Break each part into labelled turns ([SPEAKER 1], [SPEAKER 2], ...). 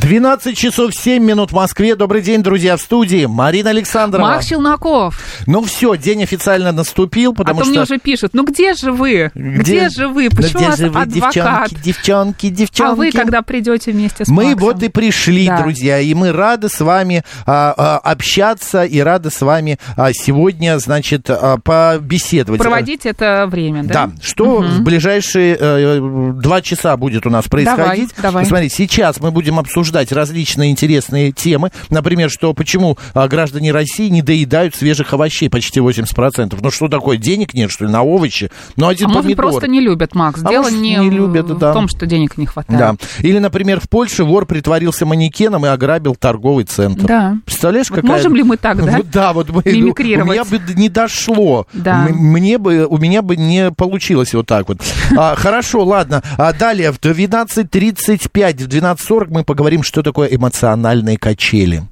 [SPEAKER 1] 12 часов 7 минут в Москве. Добрый день, друзья, в студии. Марина Александрова.
[SPEAKER 2] Макс Челноков.
[SPEAKER 1] Ну все, день официально наступил,
[SPEAKER 2] А
[SPEAKER 1] потому
[SPEAKER 2] то мне
[SPEAKER 1] что...
[SPEAKER 2] уже пишут, ну где же вы? Где, же вы?
[SPEAKER 1] Да
[SPEAKER 2] Почему у
[SPEAKER 1] где
[SPEAKER 2] вас
[SPEAKER 1] же вы,
[SPEAKER 2] адвокат?
[SPEAKER 1] девчонки, девчонки, девчонки?
[SPEAKER 2] А вы когда придете вместе с
[SPEAKER 1] Мы
[SPEAKER 2] Максом?
[SPEAKER 1] вот и пришли,
[SPEAKER 2] Да.
[SPEAKER 1] друзья, и мы рады с вами а, а, общаться и рады с вами а, сегодня, значит, а, побеседовать.
[SPEAKER 2] Проводить это время, да?
[SPEAKER 1] Да, что в ближайшие э, два часа будет у нас происходить.
[SPEAKER 2] давай.
[SPEAKER 1] Смотри, сейчас мы будем обсуждать различные интересные темы. Например, что почему а, граждане России не доедают свежих овощей почти 80%. Ну что такое, денег нет, что ли, на овощи? Ну
[SPEAKER 2] А
[SPEAKER 1] один
[SPEAKER 2] может,
[SPEAKER 1] помидор.
[SPEAKER 2] просто не любят, Макс.
[SPEAKER 1] А
[SPEAKER 2] Дело
[SPEAKER 1] может,
[SPEAKER 2] не,
[SPEAKER 1] не
[SPEAKER 2] в-
[SPEAKER 1] любят,
[SPEAKER 2] в
[SPEAKER 1] да.
[SPEAKER 2] том, что денег не
[SPEAKER 1] Да.
[SPEAKER 2] хватает.
[SPEAKER 1] Или, например, в Польше вор притворился манекеном и ограбил торговый центр.
[SPEAKER 2] Да.
[SPEAKER 1] Представляешь,
[SPEAKER 2] Вот
[SPEAKER 1] какая...
[SPEAKER 2] можем ли мы так, да?
[SPEAKER 1] Вот, да, вот мы,
[SPEAKER 2] Мимикрировать.
[SPEAKER 1] у меня бы не дошло.
[SPEAKER 2] Да.
[SPEAKER 1] М- Мне бы, у меня бы не получилось вот так вот. А, хорошо, ладно. А далее в 12.35, в 12.40 мы поговорим, что такое эмоциональные качели.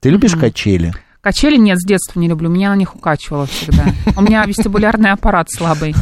[SPEAKER 1] Ты любишь качели?
[SPEAKER 2] Качели нет, с детства не люблю. Меня на них укачивало всегда. У меня вестибулярный аппарат слабый.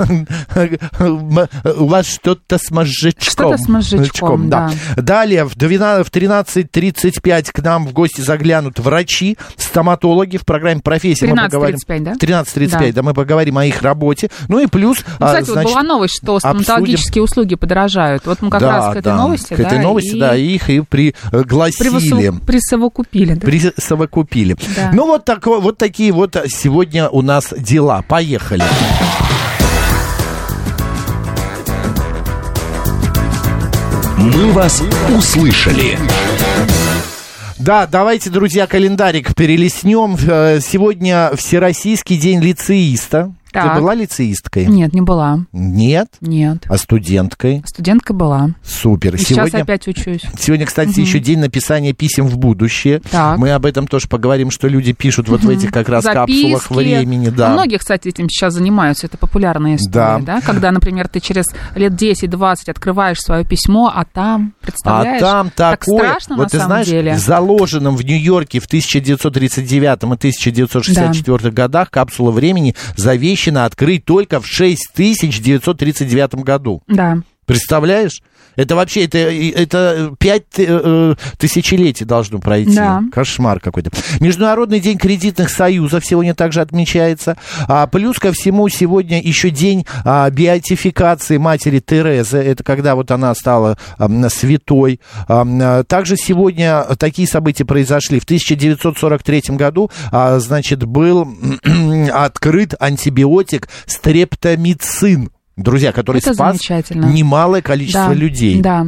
[SPEAKER 1] М- У вас что-то с мозжечком.
[SPEAKER 2] Что-то с мозжечком,
[SPEAKER 1] Далее в 12 в 13.35 к нам в гости заглянут врачи, стоматологи. В программе «Профессия» мы поговорим...
[SPEAKER 2] 13.35, да?
[SPEAKER 1] 13.35, да.
[SPEAKER 2] Да.
[SPEAKER 1] мы поговорим о их работе. Ну и плюс...
[SPEAKER 2] Ну,
[SPEAKER 1] а,
[SPEAKER 2] Кстати, вот
[SPEAKER 1] значит,
[SPEAKER 2] была новость, что
[SPEAKER 1] обсудим.
[SPEAKER 2] стоматологические услуги подорожают. Вот мы как
[SPEAKER 1] да,
[SPEAKER 2] раз к этой
[SPEAKER 1] да,
[SPEAKER 2] новости,
[SPEAKER 1] К этой
[SPEAKER 2] да,
[SPEAKER 1] новости,
[SPEAKER 2] и
[SPEAKER 1] да, их и пригласили.
[SPEAKER 2] присовокупили. присовокупили, да?
[SPEAKER 1] Присовокупили.
[SPEAKER 2] Да.
[SPEAKER 1] Ну, вот, такое, вот такие вот сегодня у нас дела. Поехали.
[SPEAKER 3] «Мы вас услышали».
[SPEAKER 1] Да, давайте, друзья, календарик перелистнем. Э, Сегодня Всероссийский день лицеиста.
[SPEAKER 2] Так.
[SPEAKER 1] Ты была лицеисткой?
[SPEAKER 2] Нет, не была.
[SPEAKER 1] Нет.
[SPEAKER 2] Нет.
[SPEAKER 1] А студенткой?
[SPEAKER 2] Студентка была.
[SPEAKER 1] Супер.
[SPEAKER 2] И сейчас
[SPEAKER 1] Сегодня...
[SPEAKER 2] опять учусь.
[SPEAKER 1] Сегодня, кстати, еще день написания писем в будущее.
[SPEAKER 2] Так.
[SPEAKER 1] Мы об этом тоже поговорим, что люди пишут вот в этих как раз капсулах
[SPEAKER 2] Записки. А ну,
[SPEAKER 1] времени. Да.
[SPEAKER 2] Многие, кстати, этим сейчас занимаются. Это популярная
[SPEAKER 1] Да.
[SPEAKER 2] история, да? Когда, например, ты через лет 10-20 открываешь свое письмо, а там,
[SPEAKER 1] А
[SPEAKER 2] представляешь?
[SPEAKER 1] там
[SPEAKER 2] так
[SPEAKER 1] такое,
[SPEAKER 2] страшно
[SPEAKER 1] вот
[SPEAKER 2] на
[SPEAKER 1] ты
[SPEAKER 2] самом
[SPEAKER 1] знаешь,
[SPEAKER 2] деле.
[SPEAKER 1] в заложенном в Нью-Йорке в 1939 и 1964 годах капсула времени завещена открыть только в 6939 году.
[SPEAKER 2] Да.
[SPEAKER 1] Представляешь? Это вообще, это, это пять э, тысячелетий должно пройти.
[SPEAKER 2] Да.
[SPEAKER 1] Кошмар какой-то. Международный день кредитных союзов сегодня также отмечается. А плюс ко всему сегодня еще день а, биотификации матери Терезы. Это когда вот она стала ам, святой. Ам, а, также сегодня такие события произошли. В 1943 году, а, значит, был открыт антибиотик стрептомицин. Друзья, который
[SPEAKER 2] Это
[SPEAKER 1] спас
[SPEAKER 2] замечательно.
[SPEAKER 1] немалое количество
[SPEAKER 2] Да,
[SPEAKER 1] людей.
[SPEAKER 2] Да.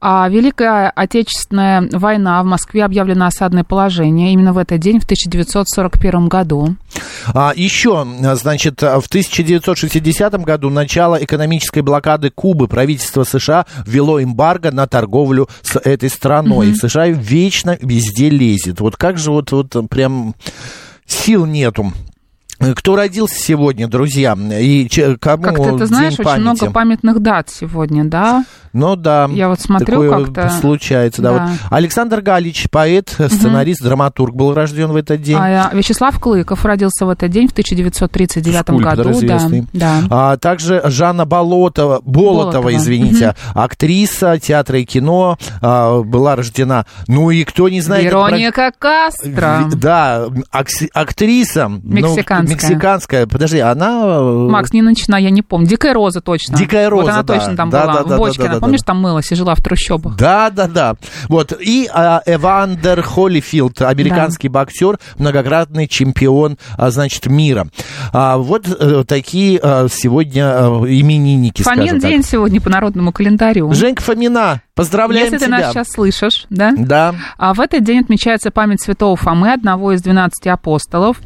[SPEAKER 2] А Великая Отечественная война в Москве объявлено осадное положение именно в этот день, в 1941 году.
[SPEAKER 1] А, еще, а, значит, а, в 1960 году начало экономической блокады Кубы правительство США ввело эмбарго на торговлю с этой страной. И США вечно везде лезет. Вот как же вот, вот э, прям сил нету. Э, Кто родился сегодня, друзья? И че- кому
[SPEAKER 2] Как ты,
[SPEAKER 1] день
[SPEAKER 2] ты знаешь, очень
[SPEAKER 1] памяти?
[SPEAKER 2] много памятных дат сегодня, да?
[SPEAKER 1] Ну да.
[SPEAKER 2] Я вот смотрю
[SPEAKER 1] такое
[SPEAKER 2] как-то.
[SPEAKER 1] случается. Да.
[SPEAKER 2] Да.
[SPEAKER 1] Вот. Александр Галич, поэт, сценарист, драматург, был рожден в этот день.
[SPEAKER 2] А, э, Вячеслав Клыков родился в этот день в 1939
[SPEAKER 1] Скульптор
[SPEAKER 2] году.
[SPEAKER 1] известный.
[SPEAKER 2] Да, да.
[SPEAKER 1] А также Жанна Болотова, Болотова,
[SPEAKER 2] Болотова.
[SPEAKER 1] извините, актриса театра и кино, а, была рождена. Ну и кто не знает... это про-
[SPEAKER 2] Вероника Кастро.
[SPEAKER 1] Ви- Да, акси- актриса. ну,
[SPEAKER 2] Мексиканская.
[SPEAKER 1] мексиканская. Подожди, она... э,
[SPEAKER 2] Макс, не начинай, я не помню. Дикая Роза точно.
[SPEAKER 1] Дикая Роза,
[SPEAKER 2] Вот она
[SPEAKER 1] да.
[SPEAKER 2] точно там
[SPEAKER 1] Да,
[SPEAKER 2] была.
[SPEAKER 1] да, да,
[SPEAKER 2] в бочке,
[SPEAKER 1] да, да,
[SPEAKER 2] она,
[SPEAKER 1] да,
[SPEAKER 2] Помнишь, там мылась и жила в трущобах?
[SPEAKER 1] Да, да, да. Вот. И а, Эвандер Холлифилд, американский боксер, многократный чемпион, а, значит, мира. А, вот э, такие а, сегодня э, именинники,
[SPEAKER 2] Фомин
[SPEAKER 1] скажем так.
[SPEAKER 2] день сегодня по народному календарю.
[SPEAKER 1] Женька Фомина, поздравляем
[SPEAKER 2] Если ты
[SPEAKER 1] тебя.
[SPEAKER 2] нас сейчас слышишь, да?
[SPEAKER 1] Да.
[SPEAKER 2] А в этот день отмечается память святого Фомы, одного из 12 апостолов.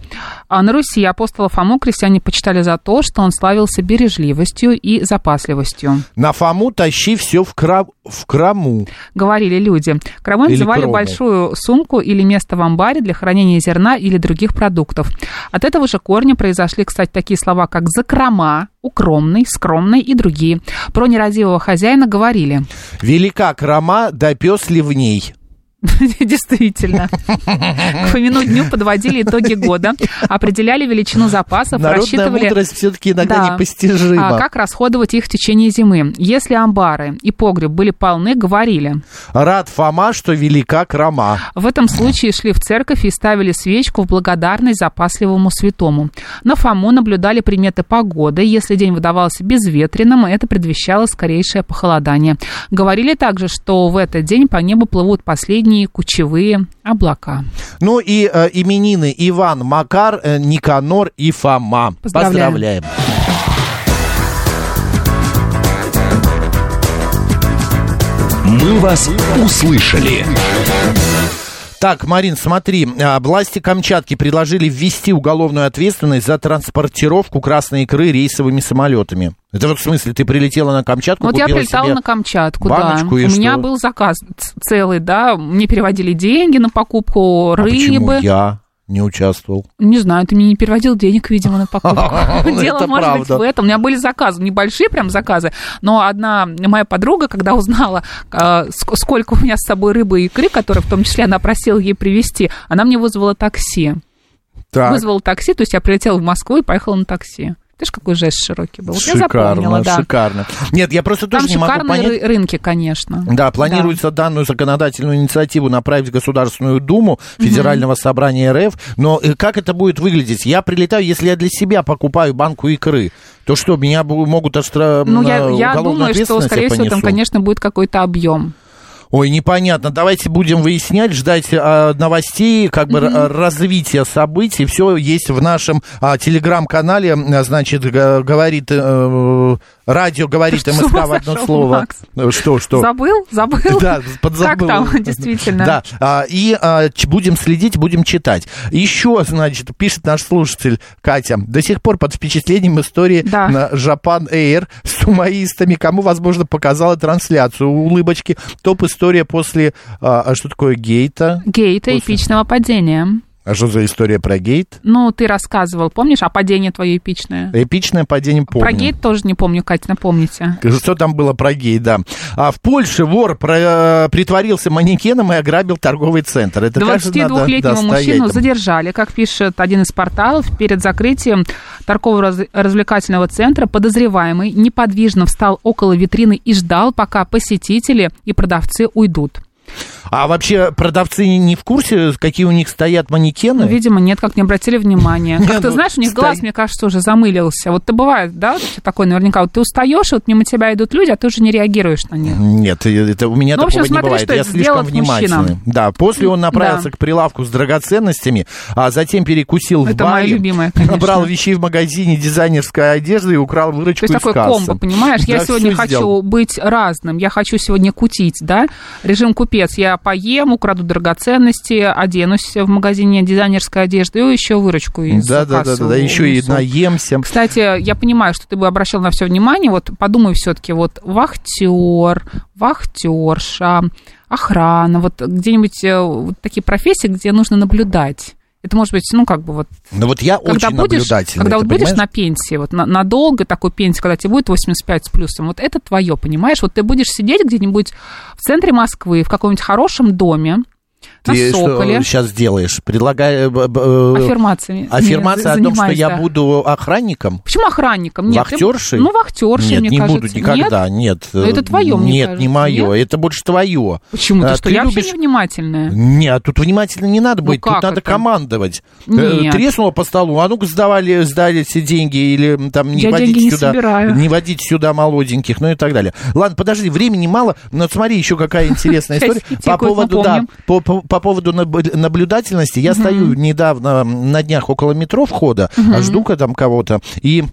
[SPEAKER 2] А на Руси апостола Фому крестьяне почитали за то, что он славился бережливостью и запасливостью.
[SPEAKER 1] На Фому тащи все в, кра... в краму.
[SPEAKER 2] Говорили люди. Крамой
[SPEAKER 1] Или
[SPEAKER 2] называли
[SPEAKER 1] кромой.
[SPEAKER 2] большую сумку или место в амбаре для хранения зерна или других продуктов. От этого же корня произошли, кстати, такие слова, как «закрома», «укромный», «скромный» и другие. Про нерадивого хозяина говорили.
[SPEAKER 1] Велика крама, да пес ли в ней.
[SPEAKER 2] Действительно. К Фомину дню подводили итоги года, определяли величину запасов,
[SPEAKER 1] Народная
[SPEAKER 2] рассчитывали...
[SPEAKER 1] мудрость все-таки иногда
[SPEAKER 2] Да.
[SPEAKER 1] непостижима.
[SPEAKER 2] а, как расходовать их в течение зимы? Если амбары и погреб были полны, говорили.
[SPEAKER 1] Рад Фома, что велика крама.
[SPEAKER 2] В этом случае шли в церковь и ставили свечку в благодарность запасливому святому. На Фому наблюдали приметы погоды. Если день выдавался безветренным, это предвещало скорейшее похолодание. Говорили также, что в этот день по небу плывут последние кучевые облака.
[SPEAKER 1] Ну и э, именины Иван, Макар, э, Никанор и Фома.
[SPEAKER 2] Поздравляем.
[SPEAKER 1] Поздравляем.
[SPEAKER 3] «Мы вас услышали».
[SPEAKER 1] Так, Марин, смотри, а, власти Камчатки предложили ввести уголовную ответственность за транспортировку красной икры рейсовыми самолетами. Это вот в смысле, ты прилетела на Камчатку,
[SPEAKER 2] Вот я
[SPEAKER 1] купила
[SPEAKER 2] прилетала
[SPEAKER 1] себе-
[SPEAKER 2] на Камчатку,
[SPEAKER 1] баночку,
[SPEAKER 2] да.
[SPEAKER 1] и
[SPEAKER 2] У меня
[SPEAKER 1] что?
[SPEAKER 2] был заказ ц- целый, да. Мне переводили деньги на покупку
[SPEAKER 1] А почему
[SPEAKER 2] рыбы.
[SPEAKER 1] я не участвовал?
[SPEAKER 2] Не знаю, ты мне не переводил денег, видимо, на покупку. Дело
[SPEAKER 1] Ну, Это
[SPEAKER 2] может быть
[SPEAKER 1] правда.
[SPEAKER 2] в этом. У меня были заказы, небольшие прям заказы, но одна моя подруга, когда узнала, э, ск- сколько у меня с собой рыбы и икры, которые в том числе она просила ей привезти, она мне вызвала такси.
[SPEAKER 1] Так.
[SPEAKER 2] Вызвала такси, то есть я прилетела в Москву и поехала на такси. Ты ж какой жест широкий был. Вот я запомнила,
[SPEAKER 1] Шикарно,
[SPEAKER 2] да.
[SPEAKER 1] шикарно. Нет, я просто
[SPEAKER 2] Там
[SPEAKER 1] тоже не могу
[SPEAKER 2] шикарные
[SPEAKER 1] понять.
[SPEAKER 2] ры- рынки, конечно.
[SPEAKER 1] Да, планируется данную законодательную инициативу направить в Государственную Думу Федерального собрания РФ. Но э, как это будет выглядеть? Я прилетаю, если я для себя покупаю банку икры, то что, меня бу- могут остро...
[SPEAKER 2] Ну, я,
[SPEAKER 1] э,
[SPEAKER 2] я думаю,
[SPEAKER 1] уголовную
[SPEAKER 2] что,
[SPEAKER 1] ответственность я
[SPEAKER 2] скорее всего, там,
[SPEAKER 1] понесу?
[SPEAKER 2] конечно, будет какой-то объем.
[SPEAKER 1] Ой, непонятно. Давайте будем выяснять, ждать э, новостей, как бы р- развития событий. Все есть в нашем а, телеграм-канале. а, Значит, г- говорит э, радио, говорит
[SPEAKER 2] Ты что, с
[SPEAKER 1] МСК
[SPEAKER 2] ума
[SPEAKER 1] в одно
[SPEAKER 2] сошел,
[SPEAKER 1] слово.
[SPEAKER 2] Макс?
[SPEAKER 1] Э, Что, что?
[SPEAKER 2] Забыл? Забыл?
[SPEAKER 1] Да, подзабыл.
[SPEAKER 2] Как там, действительно?
[SPEAKER 1] Да, а, и а, ч- будем следить, будем читать. Еще, значит, пишет наш слушатель Катя, до сих пор под впечатлением истории
[SPEAKER 2] Да.
[SPEAKER 1] на Japan Air с сумоистами, кому, возможно, показала трансляцию улыбочки. Топ-история после... А, а что такое гейта?
[SPEAKER 2] Гейта эпичного падения.
[SPEAKER 1] А что за история про гейт?
[SPEAKER 2] Ну, ты рассказывал, помнишь, о падении твое эпичное?
[SPEAKER 1] Эпичное падение помню.
[SPEAKER 2] Про гейт тоже не помню, Катя, напомните.
[SPEAKER 1] Что там было про гей, да. А в Польше вор про- э, притворился манекеном и ограбил торговый центр. Это кажется, надо,
[SPEAKER 2] 22-летнего
[SPEAKER 1] да, стоять
[SPEAKER 2] мужчину
[SPEAKER 1] там.
[SPEAKER 2] задержали, как пишет один из порталов, перед закрытием торгового раз- развлекательного центра подозреваемый неподвижно встал около витрины и ждал, пока посетители и продавцы уйдут.
[SPEAKER 1] А вообще продавцы не- не в курсе, какие у них стоят манекены?
[SPEAKER 2] Ну, видимо, нет, как не обратили внимания.
[SPEAKER 1] Не,
[SPEAKER 2] Как ты
[SPEAKER 1] ну,
[SPEAKER 2] знаешь, у них
[SPEAKER 1] стоит.
[SPEAKER 2] глаз, мне кажется, уже замылился. Вот ты бывает, да, вот такой наверняка. Вот ты устаешь, и вот мимо тебя идут люди, а ты уже не реагируешь на них.
[SPEAKER 1] Нет, это у меня
[SPEAKER 2] Ну, в общем,
[SPEAKER 1] такого не
[SPEAKER 2] смотри,
[SPEAKER 1] бывает.
[SPEAKER 2] что
[SPEAKER 1] Я
[SPEAKER 2] это сделал
[SPEAKER 1] слишком
[SPEAKER 2] этот
[SPEAKER 1] внимательный.
[SPEAKER 2] мужчина.
[SPEAKER 1] Да, после он направился
[SPEAKER 2] Да.
[SPEAKER 1] к прилавку с драгоценностями, а затем перекусил в
[SPEAKER 2] Это моя
[SPEAKER 1] баре,
[SPEAKER 2] любимая, конечно.
[SPEAKER 1] набрал вещей в магазине дизайнерской одежды и украл выручку
[SPEAKER 2] То есть
[SPEAKER 1] из
[SPEAKER 2] такой
[SPEAKER 1] кассы.
[SPEAKER 2] комбо, понимаешь? Я
[SPEAKER 1] Да,
[SPEAKER 2] сегодня
[SPEAKER 1] всё
[SPEAKER 2] хочу
[SPEAKER 1] сделал.
[SPEAKER 2] быть разным, я хочу сегодня кутить, да? Режим купец. Я поем, украду драгоценности, оденусь в магазине дизайнерской одежды и еще выручку из
[SPEAKER 1] Да, да, да,
[SPEAKER 2] кассы
[SPEAKER 1] да, да, еще и
[SPEAKER 2] унесу.
[SPEAKER 1] наемся.
[SPEAKER 2] Кстати, я понимаю, что ты бы обращал на все внимание. Вот подумай все-таки, вот вахтер, вахтерша, охрана, вот где-нибудь э, вот такие профессии, где нужно наблюдать. Это может быть, ну, как бы вот,
[SPEAKER 1] Но вот я
[SPEAKER 2] когда
[SPEAKER 1] очень
[SPEAKER 2] будешь,
[SPEAKER 1] наблюдательный.
[SPEAKER 2] когда
[SPEAKER 1] ты
[SPEAKER 2] вот будешь
[SPEAKER 1] понимаешь?
[SPEAKER 2] на пенсии, вот на- надолго такой пенсии, когда тебе будет 85 с плюсом, вот это твое, понимаешь? Вот ты будешь сидеть где-нибудь в центре Москвы, в каком-нибудь хорошем доме, На
[SPEAKER 1] Ты
[SPEAKER 2] Соколе.
[SPEAKER 1] что э, сейчас делаешь? Предлагаю... э, б- б-
[SPEAKER 2] Аффирмациями.
[SPEAKER 1] Аффирмация о том, что
[SPEAKER 2] Занимаюсь,
[SPEAKER 1] я
[SPEAKER 2] да.
[SPEAKER 1] буду охранником?
[SPEAKER 2] Почему охранником? Нет, ты-
[SPEAKER 1] Вахтершей?
[SPEAKER 2] Ну, вахтершей,
[SPEAKER 1] Нет,
[SPEAKER 2] мне
[SPEAKER 1] не
[SPEAKER 2] кажется.
[SPEAKER 1] буду никогда,
[SPEAKER 2] Нет?
[SPEAKER 1] нет.
[SPEAKER 2] Но это твоё, мне
[SPEAKER 1] Нет,
[SPEAKER 2] кажется,
[SPEAKER 1] не мое,
[SPEAKER 2] нет?
[SPEAKER 1] это больше твое.
[SPEAKER 2] Почему? Ты
[SPEAKER 1] А,
[SPEAKER 2] что,
[SPEAKER 1] ты
[SPEAKER 2] я
[SPEAKER 1] любишь-
[SPEAKER 2] вообще невнимательная.
[SPEAKER 1] Нет, тут внимательно не надо быть,
[SPEAKER 2] как
[SPEAKER 1] тут надо
[SPEAKER 2] это?
[SPEAKER 1] командовать. Э,
[SPEAKER 2] Нет.
[SPEAKER 1] Треснуло по столу, а ну-ка сдавали, сдали все деньги, или м, там не
[SPEAKER 2] Я
[SPEAKER 1] водить
[SPEAKER 2] деньги не
[SPEAKER 1] сюда.
[SPEAKER 2] собираю.
[SPEAKER 1] не водить сюда молоденьких, ну и так далее. Ладно, подожди, времени мало, но вот смотри, еще какая интересная
[SPEAKER 2] Сейчас
[SPEAKER 1] история.
[SPEAKER 2] идти
[SPEAKER 1] По
[SPEAKER 2] кое-что
[SPEAKER 1] поводу, да,
[SPEAKER 2] помним.
[SPEAKER 1] по, по- по поводу наб- наблюдательности. Я стою недавно м, на днях около метро входа, а жду-ка там кого-то, и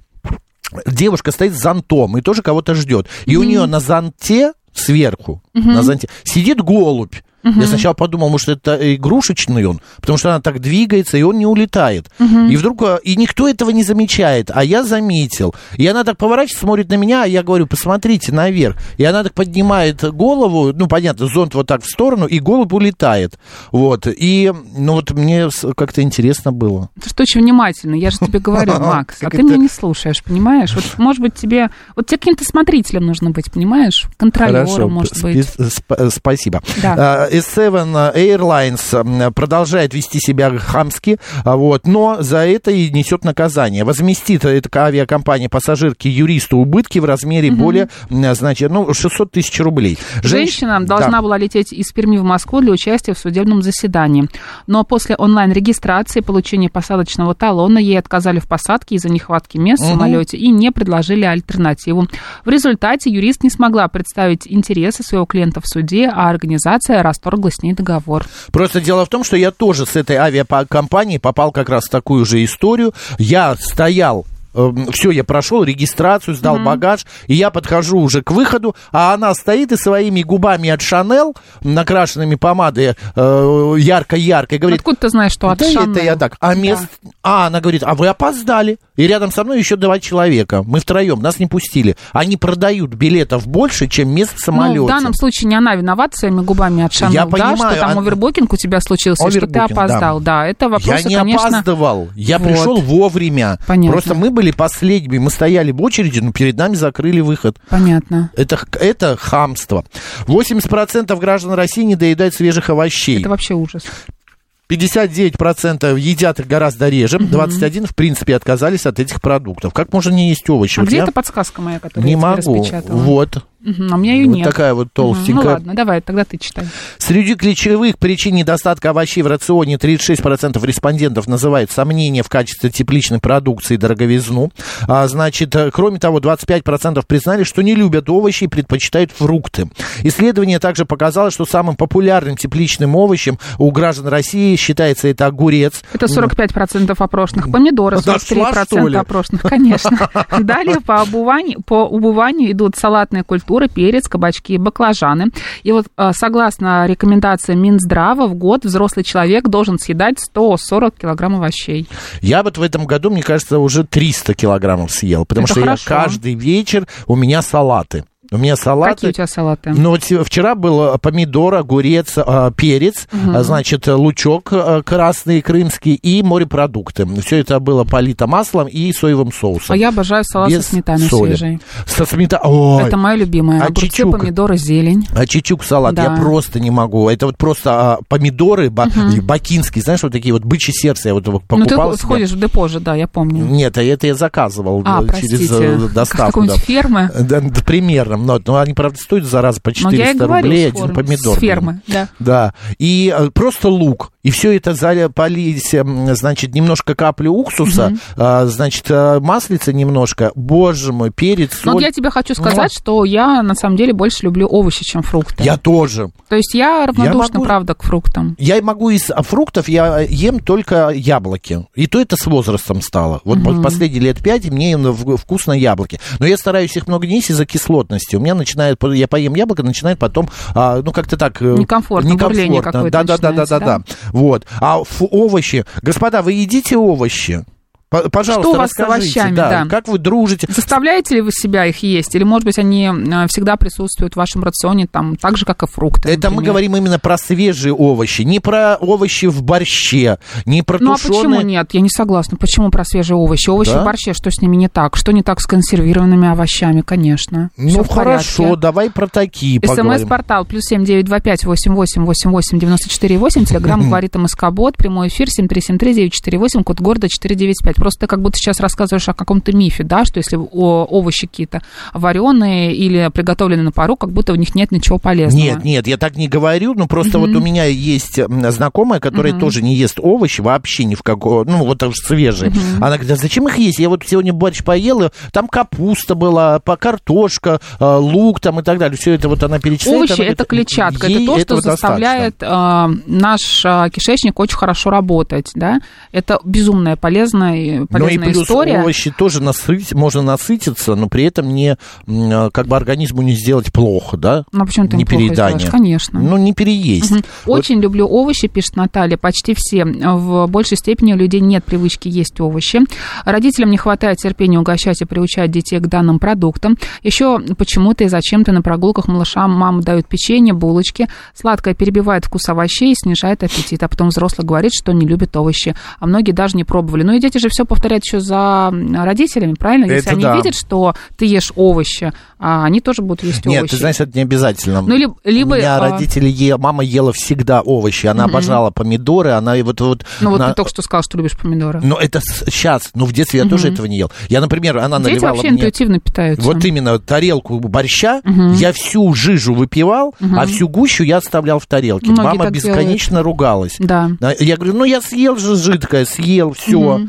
[SPEAKER 1] девушка стоит с зонтом и тоже кого-то ждет. И у нее на зонте сверху, на зонте, сидит голубь. Я сначала подумал, может, это игрушечный он, потому что она так двигается, и он не улетает. И вдруг, э, и никто этого не замечает, а я заметил. И она так поворачивается, смотрит на меня, а я говорю, посмотрите наверх. И она так поднимает голову, ну, понятно, зонт вот так в сторону, и голубь улетает. Вот, и, ну, вот мне с- как-то интересно было.
[SPEAKER 2] Ты что очень внимательно, я же тебе говорю, Макс, а
[SPEAKER 1] Как
[SPEAKER 2] ты меня
[SPEAKER 1] это?
[SPEAKER 2] не слушаешь, понимаешь? Вот, может быть, тебе... Вот тебе каким-то смотрителем нужно быть, понимаешь? Контролером, может
[SPEAKER 1] спи-
[SPEAKER 2] быть.
[SPEAKER 1] сп- спасибо.
[SPEAKER 2] Да.
[SPEAKER 1] А, S7 Airlines м, продолжает вести себя хамски, а, вот, но за это и несет наказание. Возместит эта авиакомпания пассажирке юристу убытки в размере более, м, значит, ну, 600 тысяч рублей.
[SPEAKER 2] Женщина
[SPEAKER 1] Женщ-
[SPEAKER 2] должна
[SPEAKER 1] Да.
[SPEAKER 2] была лететь из Перми в Москву для участия в судебном заседании. Но после онлайн-регистрации и получения посадочного талона ей отказали в посадке из-за нехватки мест в самолете и не предложили альтернативу. В результате юрист не смогла представить интересы своего клиента в суде, а организация расторгла с ней договор.
[SPEAKER 1] Просто дело в том, что я тоже с этой авиакомпанией попал как раз в такую же историю. Я стоял все, я прошел регистрацию, сдал багаж, и я подхожу уже к выходу, а она стоит и своими губами от Шанел, накрашенными помадой э, ярко-ярко, и говорит,
[SPEAKER 2] Откуда ты знаешь, что от
[SPEAKER 1] да
[SPEAKER 2] Шанель?
[SPEAKER 1] это я так. А мест... А, она говорит, а вы опоздали. И рядом со мной еще два человека. Мы втроем, нас не пустили. Они продают билетов больше, чем мест в
[SPEAKER 2] Ну,
[SPEAKER 1] самолете.
[SPEAKER 2] в данном случае не она виновата своими губами от Шанель,
[SPEAKER 1] Я
[SPEAKER 2] да,
[SPEAKER 1] понимаю,
[SPEAKER 2] что там
[SPEAKER 1] а-
[SPEAKER 2] овербукинг у тебя случился, и что ты
[SPEAKER 1] Овербукинг, да.
[SPEAKER 2] опоздал. Да, это вопросы,
[SPEAKER 1] Я не
[SPEAKER 2] конечно...
[SPEAKER 1] опаздывал, я
[SPEAKER 2] Вот.
[SPEAKER 1] пришел вовремя.
[SPEAKER 2] Понятно.
[SPEAKER 1] Просто мы были последними, мы стояли в очереди, но перед нами закрыли выход.
[SPEAKER 2] Понятно.
[SPEAKER 1] Это, х- это хамство. 80% граждан России не доедают свежих овощей.
[SPEAKER 2] Это вообще ужас.
[SPEAKER 1] 59% едят их гораздо реже. 21% в принципе отказались от этих продуктов. Как можно не есть овощи?
[SPEAKER 2] А
[SPEAKER 1] Вот
[SPEAKER 2] где
[SPEAKER 1] я
[SPEAKER 2] эта подсказка моя, которую
[SPEAKER 1] не
[SPEAKER 2] я тебе
[SPEAKER 1] могу.
[SPEAKER 2] распечатала?
[SPEAKER 1] Вот.
[SPEAKER 2] Мгм, а у меня ее
[SPEAKER 1] Вот
[SPEAKER 2] нет.
[SPEAKER 1] такая вот толстенькая.
[SPEAKER 2] Мгм, Ну ладно, давай, тогда ты читай.
[SPEAKER 1] Среди ключевых причин недостатка овощей в рационе 36% респондентов называют сомнения в качестве тепличной продукции и дороговизну. А, значит, э, кроме того, 25% признали, что не любят овощи и предпочитают фрукты. Исследование также показало, что самым популярным тепличным овощем у граждан России считается это огурец.
[SPEAKER 2] Это 45% опрошенных, помидоры
[SPEAKER 1] Дошла, Ну. что
[SPEAKER 2] 43%
[SPEAKER 1] ли?
[SPEAKER 2] опрошенных, конечно. Далее по убыванию, по убыванию идут салатные культуры, перец, кабачки и баклажаны. И вот э, согласно рекомендациям Минздрава, в год взрослый человек должен съедать 140 килограмм овощей.
[SPEAKER 1] Я вот в этом году, мне кажется, уже 300 килограммов съел, потому
[SPEAKER 2] Это
[SPEAKER 1] что
[SPEAKER 2] хорошо.
[SPEAKER 1] я каждый вечер, у меня салаты. У меня салаты.
[SPEAKER 2] Какие у тебя салаты?
[SPEAKER 1] Ну, вот се- вчера был а, помидор, огурец, а, перец, а, значит, лучок а, красный, крымский и морепродукты. Все это было полито маслом и соевым соусом.
[SPEAKER 2] А я обожаю салат со
[SPEAKER 1] Без
[SPEAKER 2] сметаной
[SPEAKER 1] соли.
[SPEAKER 2] свежей.
[SPEAKER 1] Со сметаной. Ой,
[SPEAKER 2] Это мое любимое.
[SPEAKER 1] А
[SPEAKER 2] Огурцы,
[SPEAKER 1] чечука?
[SPEAKER 2] помидоры, зелень.
[SPEAKER 1] а чечук салат
[SPEAKER 2] Да.
[SPEAKER 1] я просто не могу. Это вот просто а, помидоры ба- и бакинские, знаешь, вот такие вот бычьи сердца я вот покупал.
[SPEAKER 2] Ну, ты
[SPEAKER 1] себе.
[SPEAKER 2] сходишь в депо же, да, я помню.
[SPEAKER 1] Нет, а это я заказывал
[SPEAKER 2] А,
[SPEAKER 1] э,
[SPEAKER 2] простите,
[SPEAKER 1] через э,
[SPEAKER 2] как
[SPEAKER 1] доставку.
[SPEAKER 2] какой-нибудь
[SPEAKER 1] да.
[SPEAKER 2] фермы?
[SPEAKER 1] Да, да, примерно. Но, но они, правда, стоят, зараза, по
[SPEAKER 2] Но
[SPEAKER 1] 400
[SPEAKER 2] я и говорю,
[SPEAKER 1] рублей
[SPEAKER 2] с
[SPEAKER 1] один
[SPEAKER 2] форум-
[SPEAKER 1] помидор.
[SPEAKER 2] с фермы, да.
[SPEAKER 1] Да, и э, просто лук. И все это заля- полить, эм, значит, немножко капли уксуса, а, значит, э, маслица немножко. Боже мой, перец,
[SPEAKER 2] Но Ну, вот
[SPEAKER 1] соль. Ну
[SPEAKER 2] я тебе хочу сказать, что я на самом деле больше люблю овощи, чем фрукты.
[SPEAKER 1] Я тоже.
[SPEAKER 2] То есть я равнодушна,
[SPEAKER 1] могу-
[SPEAKER 2] правда, к фруктам.
[SPEAKER 1] Я могу из а, фруктов, я ем только яблоки. И то это с возрастом стало. Вот по- последние лет пять мне именно в- вкусно яблоки. Но я стараюсь их много не есть из-за кислотности. У меня начинает, я поем яблоко, начинает потом, а, ну как-то так... э,
[SPEAKER 2] Некомфортно, бурление какое-то
[SPEAKER 1] Да, да, да, да,
[SPEAKER 2] начинается,
[SPEAKER 1] да, да.
[SPEAKER 2] да?
[SPEAKER 1] Вот. А ф- овощи... Господа, вы едите овощи? П- Пожалуйста,
[SPEAKER 2] Что у вас с
[SPEAKER 1] расскажите,
[SPEAKER 2] овощами,
[SPEAKER 1] да,
[SPEAKER 2] да.
[SPEAKER 1] как вы дружите.
[SPEAKER 2] Заставляете ли вы себя их есть? Или, может быть, они э, всегда присутствуют в вашем рационе, там, так же, как и фрукты?
[SPEAKER 1] Это мы
[SPEAKER 2] например?
[SPEAKER 1] говорим именно про свежие овощи, не про овощи в борще, не про
[SPEAKER 2] Ну а
[SPEAKER 1] тушеные.
[SPEAKER 2] почему нет? Я не согласна. Почему про свежие овощи? Овощи
[SPEAKER 1] Да?
[SPEAKER 2] в борще, что с ними не так? Что не так с консервированными овощами, конечно. Всё
[SPEAKER 1] Ну
[SPEAKER 2] в порядке.
[SPEAKER 1] хорошо, давай про такие поговорим.
[SPEAKER 2] СМС-портал плюс семь девять два пять восемь восемь восемь восемь девяносто четыре восемь. Телеграмм говорит МСК-бот. Прямой эфир семь три семь три девять четыре восемь. Код города четыре девять пять. Просто ты как будто сейчас рассказываешь о каком-то мифе, да, что если о- овощи какие-то вареные или приготовлены на пару, как будто в них нет ничего полезного.
[SPEAKER 1] Нет, нет, я так не говорю, но просто вот у меня есть м, знакомая, которая тоже не ест овощи вообще ни в какого, ну вот уж свежие. Она говорит, «Да зачем их есть? Я вот сегодня борщ поела, там капуста была, по- картошка, э, лук там и так далее. Все это вот она перечисляет.
[SPEAKER 2] Овощи
[SPEAKER 1] она говорит,
[SPEAKER 2] это клетчатка, это
[SPEAKER 1] ей
[SPEAKER 2] то, что
[SPEAKER 1] этого достаточно.
[SPEAKER 2] заставляет э, наш э, кишечник очень хорошо работать, да? Это безумная полезная,
[SPEAKER 1] Ну и
[SPEAKER 2] полезная
[SPEAKER 1] плюс
[SPEAKER 2] история.
[SPEAKER 1] овощи тоже насыть, можно насытиться, но при этом не м, э, как бы организму не сделать плохо, да?
[SPEAKER 2] Ну, а почему ты
[SPEAKER 1] не
[SPEAKER 2] им плохо
[SPEAKER 1] переедание.
[SPEAKER 2] сделаешь? Конечно.
[SPEAKER 1] Ну не переесть.
[SPEAKER 2] Мгм.
[SPEAKER 1] Вот
[SPEAKER 2] Очень люблю овощи, пишет Наталья. Почти все. В большей степени у людей нет привычки есть овощи. Родителям не хватает терпения угощать и приучать детей к данным продуктам. Еще почему-то и зачем-то на прогулках малышам мамы дают печенье, булочки. Сладкое перебивает вкус овощей и снижает аппетит. А потом взрослый говорит, что не любит овощи. А многие даже не пробовали. Ну и дети же все повторяют еще за родителями, правильно? Если
[SPEAKER 1] Это
[SPEAKER 2] они
[SPEAKER 1] да.
[SPEAKER 2] видят, что ты ешь овощи, а они тоже будут есть овощи.
[SPEAKER 1] Нет, ты знаешь, это не обязательно.
[SPEAKER 2] Ну, либо- либо,
[SPEAKER 1] У меня
[SPEAKER 2] а-
[SPEAKER 1] родители е- мама ела всегда овощи, она обожала помидоры, она и вот вот.
[SPEAKER 2] Ну вот
[SPEAKER 1] на-
[SPEAKER 2] ты только что сказал, что любишь помидоры.
[SPEAKER 1] Но это сейчас, ну в детстве я тоже этого не ел. Я, например, она
[SPEAKER 2] Дети
[SPEAKER 1] наливала
[SPEAKER 2] вообще
[SPEAKER 1] мне.
[SPEAKER 2] интуитивно питаются.
[SPEAKER 1] Вот именно тарелку борща я всю жижу выпивал, а всю гущу я оставлял в тарелке.
[SPEAKER 2] Многие
[SPEAKER 1] Мама
[SPEAKER 2] так
[SPEAKER 1] бесконечно ругалась.
[SPEAKER 2] Да.
[SPEAKER 1] А, Я говорю, ну я съел же жидкое, съел все.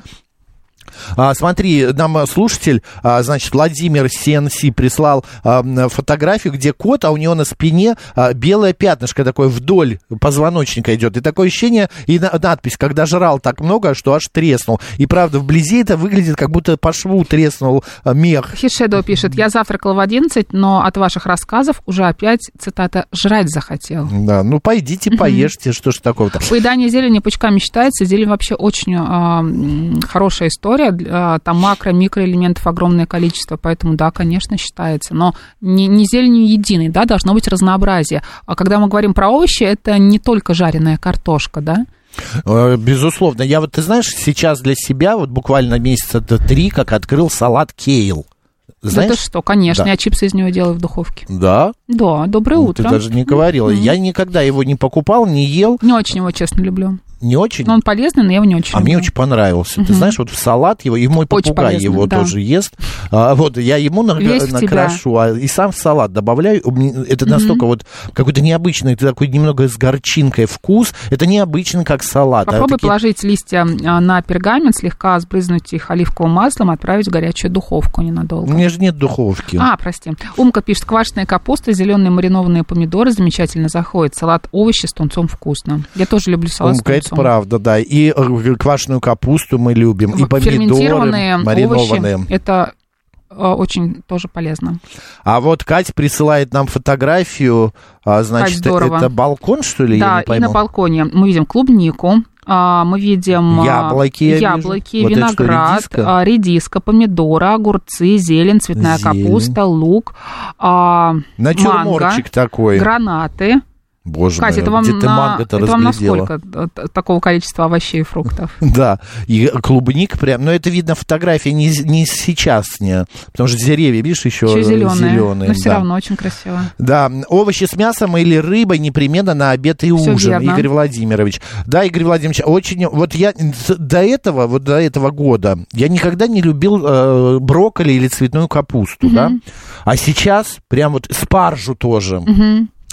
[SPEAKER 1] А, смотри, нам а, слушатель, а, значит, Владимир Сенси прислал а, м, фотографию, где кот, а у него на спине а, белое пятнышко такое вдоль позвоночника идет. И такое ощущение, и на- надпись, когда жрал так много, что аж треснул. И правда, вблизи это выглядит, как будто по шву треснул а, мех.
[SPEAKER 2] Хишедо пишет, я завтракал в 11, но от ваших рассказов уже опять, цитата, «жрать захотел».
[SPEAKER 1] Да, ну пойдите, поешьте, что ж такого-то.
[SPEAKER 2] Поедание зелени пучками считается. Зелень вообще очень а, м, хорошая история. Для- а, Там макро, микроэлементов огромное количество, поэтому да, конечно, считается. Но не, не зеленью единой, да, должно быть разнообразие. А когда мы говорим про овощи, это не только жареная картошка, да?
[SPEAKER 1] Э, Безусловно. Я вот, ты знаешь, сейчас для себя, вот буквально месяца до три, как открыл салат кейл. Знаешь?
[SPEAKER 2] Это что, конечно,
[SPEAKER 1] Да.
[SPEAKER 2] я чипсы из него делаю в духовке.
[SPEAKER 1] Да,
[SPEAKER 2] Да, доброе
[SPEAKER 1] Ну,
[SPEAKER 2] утро.
[SPEAKER 1] ты даже не говорила. Я никогда его не покупал, не ел,
[SPEAKER 2] Не очень его, честно, люблю.
[SPEAKER 1] не очень.
[SPEAKER 2] Но он полезный, но я его не очень
[SPEAKER 1] А мне
[SPEAKER 2] люблю.
[SPEAKER 1] очень понравился. Ты знаешь, вот в салат его, и мой
[SPEAKER 2] Очень
[SPEAKER 1] попугай
[SPEAKER 2] полезно,
[SPEAKER 1] его
[SPEAKER 2] да.
[SPEAKER 1] тоже ест. А, вот я ему на-
[SPEAKER 2] Лезь в
[SPEAKER 1] накрошу, а, и сам в салат добавляю. У меня- Это настолько вот какой-то необычный, это такой немного с горчинкой вкус. Это необычно, как салат. А
[SPEAKER 2] Попробуй
[SPEAKER 1] такие-
[SPEAKER 2] положить листья а, на пергамент, слегка сбрызнуть их оливковым маслом, отправить в горячую духовку
[SPEAKER 1] У
[SPEAKER 2] ненадолго.
[SPEAKER 1] меня же нет духовки.
[SPEAKER 2] А, прости. Умка пишет, квашеная капуста, зеленые маринованные помидоры замечательно заходят. Салат овощи с тунцом вкусно. Я тоже люблю салат
[SPEAKER 1] Умка,
[SPEAKER 2] с
[SPEAKER 1] это
[SPEAKER 2] тунцом.
[SPEAKER 1] правда, да. И э, квашеную капусту мы любим, и
[SPEAKER 2] Вот
[SPEAKER 1] помидоры
[SPEAKER 2] Ферментированные
[SPEAKER 1] маринованные.
[SPEAKER 2] овощи, это э, очень тоже полезно.
[SPEAKER 1] А вот Кать присылает нам фотографию, а, значит,
[SPEAKER 2] Кать, здорово.
[SPEAKER 1] это балкон, что ли, я
[SPEAKER 2] да,
[SPEAKER 1] не
[SPEAKER 2] и
[SPEAKER 1] пойму?
[SPEAKER 2] на балконе мы видим клубнику, а, мы видим а,
[SPEAKER 1] Яблоки я вижу.
[SPEAKER 2] яблоки
[SPEAKER 1] Вот это что,
[SPEAKER 2] виноград,
[SPEAKER 1] редиска?
[SPEAKER 2] а, редиска, помидоры, огурцы, зелень, цветная
[SPEAKER 1] Зелень.
[SPEAKER 2] капуста, лук, а, манго,
[SPEAKER 1] Натюрмортчик такой.
[SPEAKER 2] гранаты.
[SPEAKER 1] Боже
[SPEAKER 2] Катя,
[SPEAKER 1] мой,
[SPEAKER 2] это вам,
[SPEAKER 1] где ты
[SPEAKER 2] на,
[SPEAKER 1] манго-то
[SPEAKER 2] это вам на
[SPEAKER 1] разглядела?
[SPEAKER 2] сколько э, т- такого количества овощей и фруктов?
[SPEAKER 1] Да, и клубник прям, но это видно фотография не, из- не из сейчас, не, потому что деревья, видишь, еще,
[SPEAKER 2] Еще зеленые,
[SPEAKER 1] зеленые,
[SPEAKER 2] но все
[SPEAKER 1] да.
[SPEAKER 2] равно очень красиво.
[SPEAKER 1] Да, овощи с мясом или рыбой непременно на обед и
[SPEAKER 2] Всё
[SPEAKER 1] ужин,
[SPEAKER 2] верно.
[SPEAKER 1] Игорь Владимирович. Да, Игорь Владимирович, очень... Вот я с- до этого, вот до этого года, я никогда не любил э, брокколи или цветную капусту, да? А сейчас прям вот спаржу тоже.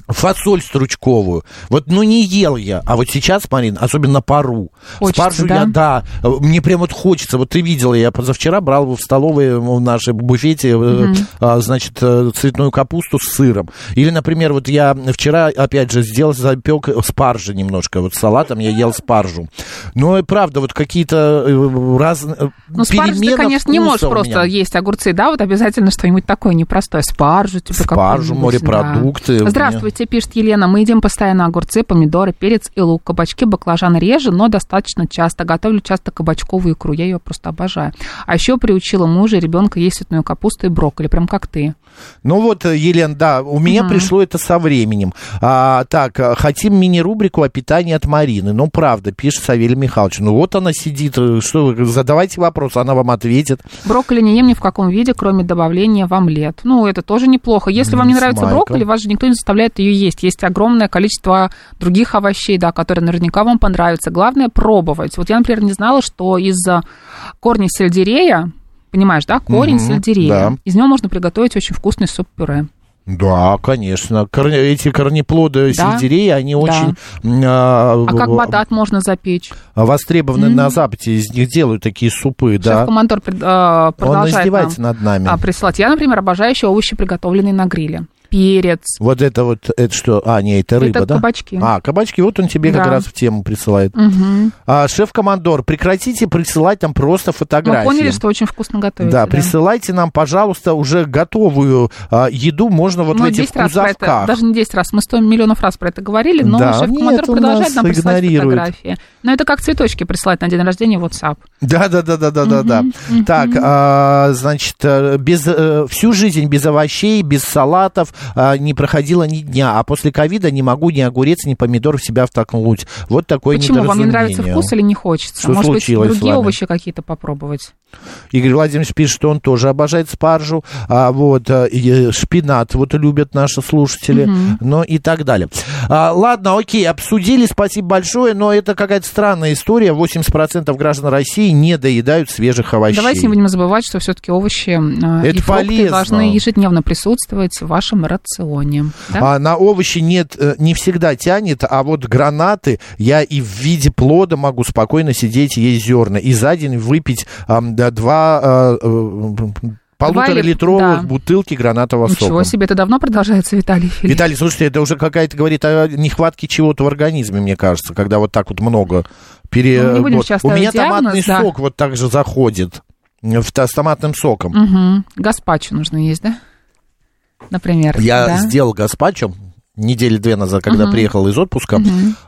[SPEAKER 1] Фасоль стручковую. Вот, ну, не ел я. А вот сейчас, Марин, особенно на пару.
[SPEAKER 2] Хочется,
[SPEAKER 1] спаржу
[SPEAKER 2] да?
[SPEAKER 1] я, да. э, Мне прям вот хочется. Вот ты видела, я позавчера брал в столовой в нашей буфете, э, а, значит, э, цветную капусту с сыром. Или, например, вот я вчера, опять же, сделал, запек спаржи немножко. Вот с салатом я ел спаржу. Но и правда, вот какие-то э, разные...
[SPEAKER 2] Ну, спаржу ты, конечно, не можешь просто есть огурцы, да, вот обязательно что-нибудь такое непростое. Спаржу, типа
[SPEAKER 1] Спаржу,
[SPEAKER 2] какую-нибудь,
[SPEAKER 1] морепродукты.
[SPEAKER 2] да. Здравствуйте, пишет Елена. Мы едим постоянно огурцы, помидоры, перец и лук. Кабачки, баклажан реже, но достаточно часто. Готовлю часто кабачковую икру. Я ее просто обожаю. А еще приучила мужа и ребенка есть цветную капусту и брокколи, прям как ты.
[SPEAKER 1] Ну вот, э, Елен, да, у меня пришло это со временем. А, так, э, хотим мини-рубрику о питании от Марины. Ну, правда, пишет Савелий Михайлович. Ну вот она сидит, э, что вы, задавайте вопрос, она вам ответит.
[SPEAKER 2] Брокколи не ем ни в каком виде, кроме добавления в омлет. Ну, это тоже неплохо. Если вам не
[SPEAKER 1] С
[SPEAKER 2] нравится
[SPEAKER 1] майком.
[SPEAKER 2] брокколи, вас же никто не заставляет ее есть. Есть огромное количество других овощей, да, которые наверняка вам понравятся. Главное пробовать. Вот я, например, не знала, что из э, корня сельдерея, понимаешь, да, корень
[SPEAKER 1] Мгм,
[SPEAKER 2] сельдерея,
[SPEAKER 1] да.
[SPEAKER 2] из него можно приготовить очень вкусный суп-пюре.
[SPEAKER 1] Да, конечно. Корне- эти корнеплоды
[SPEAKER 2] Да.
[SPEAKER 1] сельдерея, они
[SPEAKER 2] Да.
[SPEAKER 1] очень м,
[SPEAKER 2] А как
[SPEAKER 1] в-
[SPEAKER 2] батат можно запечь?
[SPEAKER 1] востребованы на Западе. Из них делают такие супы, да.
[SPEAKER 2] Шеф-командор пред- э,
[SPEAKER 1] Он
[SPEAKER 2] продолжает нам,
[SPEAKER 1] издевается над нами.
[SPEAKER 2] а, присылать. Я, например, обожаю еще овощи, приготовленные на гриле. Перец.
[SPEAKER 1] Вот это вот, это что? А, не, это рыба, да?
[SPEAKER 2] кабачки.
[SPEAKER 1] А, кабачки, вот он тебе как
[SPEAKER 2] Да.
[SPEAKER 1] раз в тему присылает. А, шеф-командор, прекратите присылать там просто
[SPEAKER 2] Мы
[SPEAKER 1] фотографии.
[SPEAKER 2] Ну, поняли, что очень вкусно готовится.
[SPEAKER 1] Да, присылайте нам, пожалуйста, уже готовую а, еду, можно вот в
[SPEAKER 2] мы
[SPEAKER 1] этих
[SPEAKER 2] 10 Ну, раз про это,
[SPEAKER 1] кузовках.
[SPEAKER 2] даже не 10 раз, мы 100 миллионов раз про это говорили, но
[SPEAKER 1] Да,
[SPEAKER 2] шеф-командор
[SPEAKER 1] нет, он
[SPEAKER 2] продолжает
[SPEAKER 1] нас
[SPEAKER 2] нам присылать
[SPEAKER 1] игнорирует.
[SPEAKER 2] фотографии. Но это как цветочки присылать на день рождения в WhatsApp.
[SPEAKER 1] Да, да, да, да, да, да, да. Так, а, значит, э, без э, всю жизнь без овощей, без салатов а, не проходило ни дня, а после ковида не могу ни огурец, ни помидор в себя втолкнуть. Вот такое
[SPEAKER 2] Почему? Вам не нравится
[SPEAKER 1] недоразумение.
[SPEAKER 2] вкус или не хочется?
[SPEAKER 1] Что
[SPEAKER 2] Может быть,
[SPEAKER 1] случилось с
[SPEAKER 2] другие
[SPEAKER 1] вами?
[SPEAKER 2] овощи какие-то попробовать?
[SPEAKER 1] Игорь Владимирович пишет, что он тоже обожает спаржу, а, вот, а, и, э, шпинат вот любят наши слушатели, ну и так далее. А, ладно, окей, обсудили, спасибо большое, но это какая-то странная история, 80% граждан России не доедают свежих овощей.
[SPEAKER 2] Давайте не будем забывать, что все-таки овощи э, и
[SPEAKER 1] Это
[SPEAKER 2] фрукты
[SPEAKER 1] полезно.
[SPEAKER 2] должны ежедневно присутствовать в вашем рационе. Да?
[SPEAKER 1] А, на овощи нет, э, не всегда тянет, а вот гранаты я и в виде плода могу спокойно сидеть и есть зерна. И за день выпить ам, да, два э, э, полутора
[SPEAKER 2] или-
[SPEAKER 1] литровых
[SPEAKER 2] да.
[SPEAKER 1] бутылки гранатового
[SPEAKER 2] Ничего
[SPEAKER 1] сока.
[SPEAKER 2] себе, это давно продолжается, Виталий Филипп?
[SPEAKER 1] Виталий, слушайте, это уже какая-то говорит о нехватке чего-то в организме, мне кажется, когда вот так вот много пере...
[SPEAKER 2] Ну, мы не будем
[SPEAKER 1] вот.
[SPEAKER 2] сейчас
[SPEAKER 1] У
[SPEAKER 2] ставить
[SPEAKER 1] меня томатный
[SPEAKER 2] диагноз, да.
[SPEAKER 1] сок вот так же заходит э, в, та- с томатным соком.
[SPEAKER 2] Мгм. Гаспачо нужно есть, да? Например.
[SPEAKER 1] Я
[SPEAKER 2] да?
[SPEAKER 1] сделал гаспачо недели две назад, когда приехал из отпуска,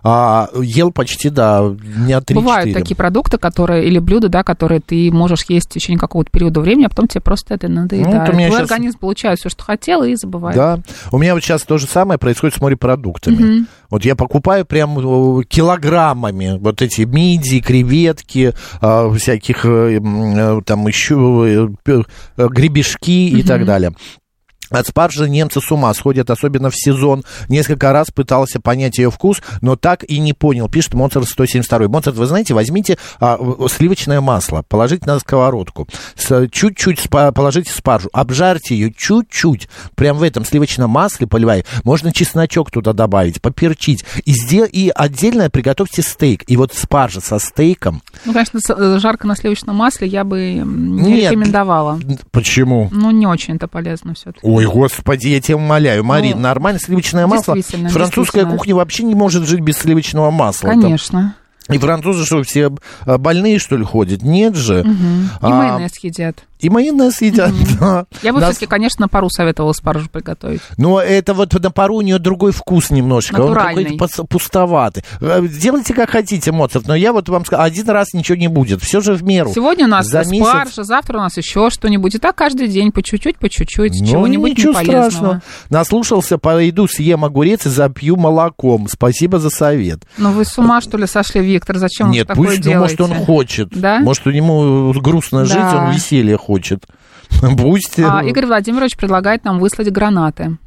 [SPEAKER 1] а, ел почти, да, дня три
[SPEAKER 2] Бывают такие продукты, которые или блюда, да, которые ты можешь есть в течение какого-то периода времени, а потом тебе просто это надоедает.
[SPEAKER 1] Ну, вот у меня
[SPEAKER 2] Твой
[SPEAKER 1] щас-
[SPEAKER 2] организм получает все, что хотел, и забывает.
[SPEAKER 1] Да. У меня вот сейчас то же самое происходит с морепродуктами. Вот я покупаю прям э, килограммами вот эти мидии, креветки, э, всяких э, м, э, там еще э, пе- э, гребешки и так далее. От спаржи немцы с ума сходят, особенно в сезон. Несколько раз пытался понять ее вкус, но так и не понял. Пишет Моцарт 172. Моцарт, вы знаете, возьмите а, в- сливочное масло, положите на сковородку, с- чуть-чуть спа- положите спаржу, обжарьте ее чуть-чуть, прям в этом сливочном масле поливай. Можно чесночок туда добавить, поперчить. И, сдел- и отдельно приготовьте стейк. И вот спаржа со стейком.
[SPEAKER 2] Ну, конечно, с- э, жарко на сливочном масле я бы м, не
[SPEAKER 1] Нет.
[SPEAKER 2] рекомендовала.
[SPEAKER 1] Почему?
[SPEAKER 2] Ну, не очень это полезно все-таки.
[SPEAKER 1] Ой, господи, я тебя умоляю, Марин,
[SPEAKER 2] Ну,
[SPEAKER 1] нормально сливочное масло.
[SPEAKER 2] действительно,
[SPEAKER 1] Французская
[SPEAKER 2] действительно.
[SPEAKER 1] кухня вообще не может жить без сливочного масла. Там-
[SPEAKER 2] Конечно.
[SPEAKER 1] И французы что, все а, больные, что ли, ходят? Нет же.
[SPEAKER 2] И
[SPEAKER 1] А,
[SPEAKER 2] майонез едят.
[SPEAKER 1] И майонез едят, да.
[SPEAKER 2] Я бы
[SPEAKER 1] Да,
[SPEAKER 2] все-таки, конечно, на пару советовала спаржу приготовить.
[SPEAKER 1] Но это вот на пару у нее другой вкус немножечко. Он
[SPEAKER 2] Натуральный.
[SPEAKER 1] какой-то пос- пустоватый. Э, Делайте, как хотите, Моцарт, но я вот вам скажу, один раз ничего не будет. Все же в меру.
[SPEAKER 2] Сегодня у нас
[SPEAKER 1] За месяц-
[SPEAKER 2] спаржа, завтра у нас еще что-нибудь. И так каждый день по чуть-чуть, по чуть-чуть,
[SPEAKER 1] Ну,
[SPEAKER 2] чего-нибудь
[SPEAKER 1] ничего
[SPEAKER 2] неполезного.
[SPEAKER 1] страшного. Наслушался, пойду съем огурец и запью молоком. Спасибо за совет.
[SPEAKER 2] Ну, вы с ума, что ли, сошли, Виктор? Зачем
[SPEAKER 1] Нет,
[SPEAKER 2] вы такое
[SPEAKER 1] пусть, ну,
[SPEAKER 2] делаете?
[SPEAKER 1] может, он хочет.
[SPEAKER 2] Да?
[SPEAKER 1] Может, у него грустно жить,
[SPEAKER 2] Да.
[SPEAKER 1] он веселье хочет. Пусть.
[SPEAKER 2] А,
[SPEAKER 1] э,
[SPEAKER 2] Игорь Владимирович предлагает нам выслать гранаты.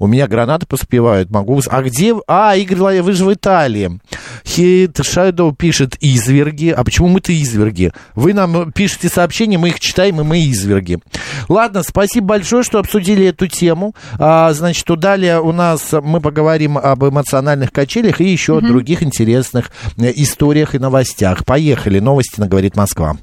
[SPEAKER 1] У меня гранаты поспевают, могу... выс- А где... А, Игорь, Владимирович, вы же в Италии. Хит Shadow пишет изверги. А почему мы-то изверги? Вы нам пишете сообщения, мы их читаем, и мы изверги. Ладно, спасибо большое, что обсудили эту тему. А, значит, то далее у нас мы поговорим об эмоциональных качелях и еще о других интересных э, историях и новостях. Поехали. Новости на «Говорит Москва».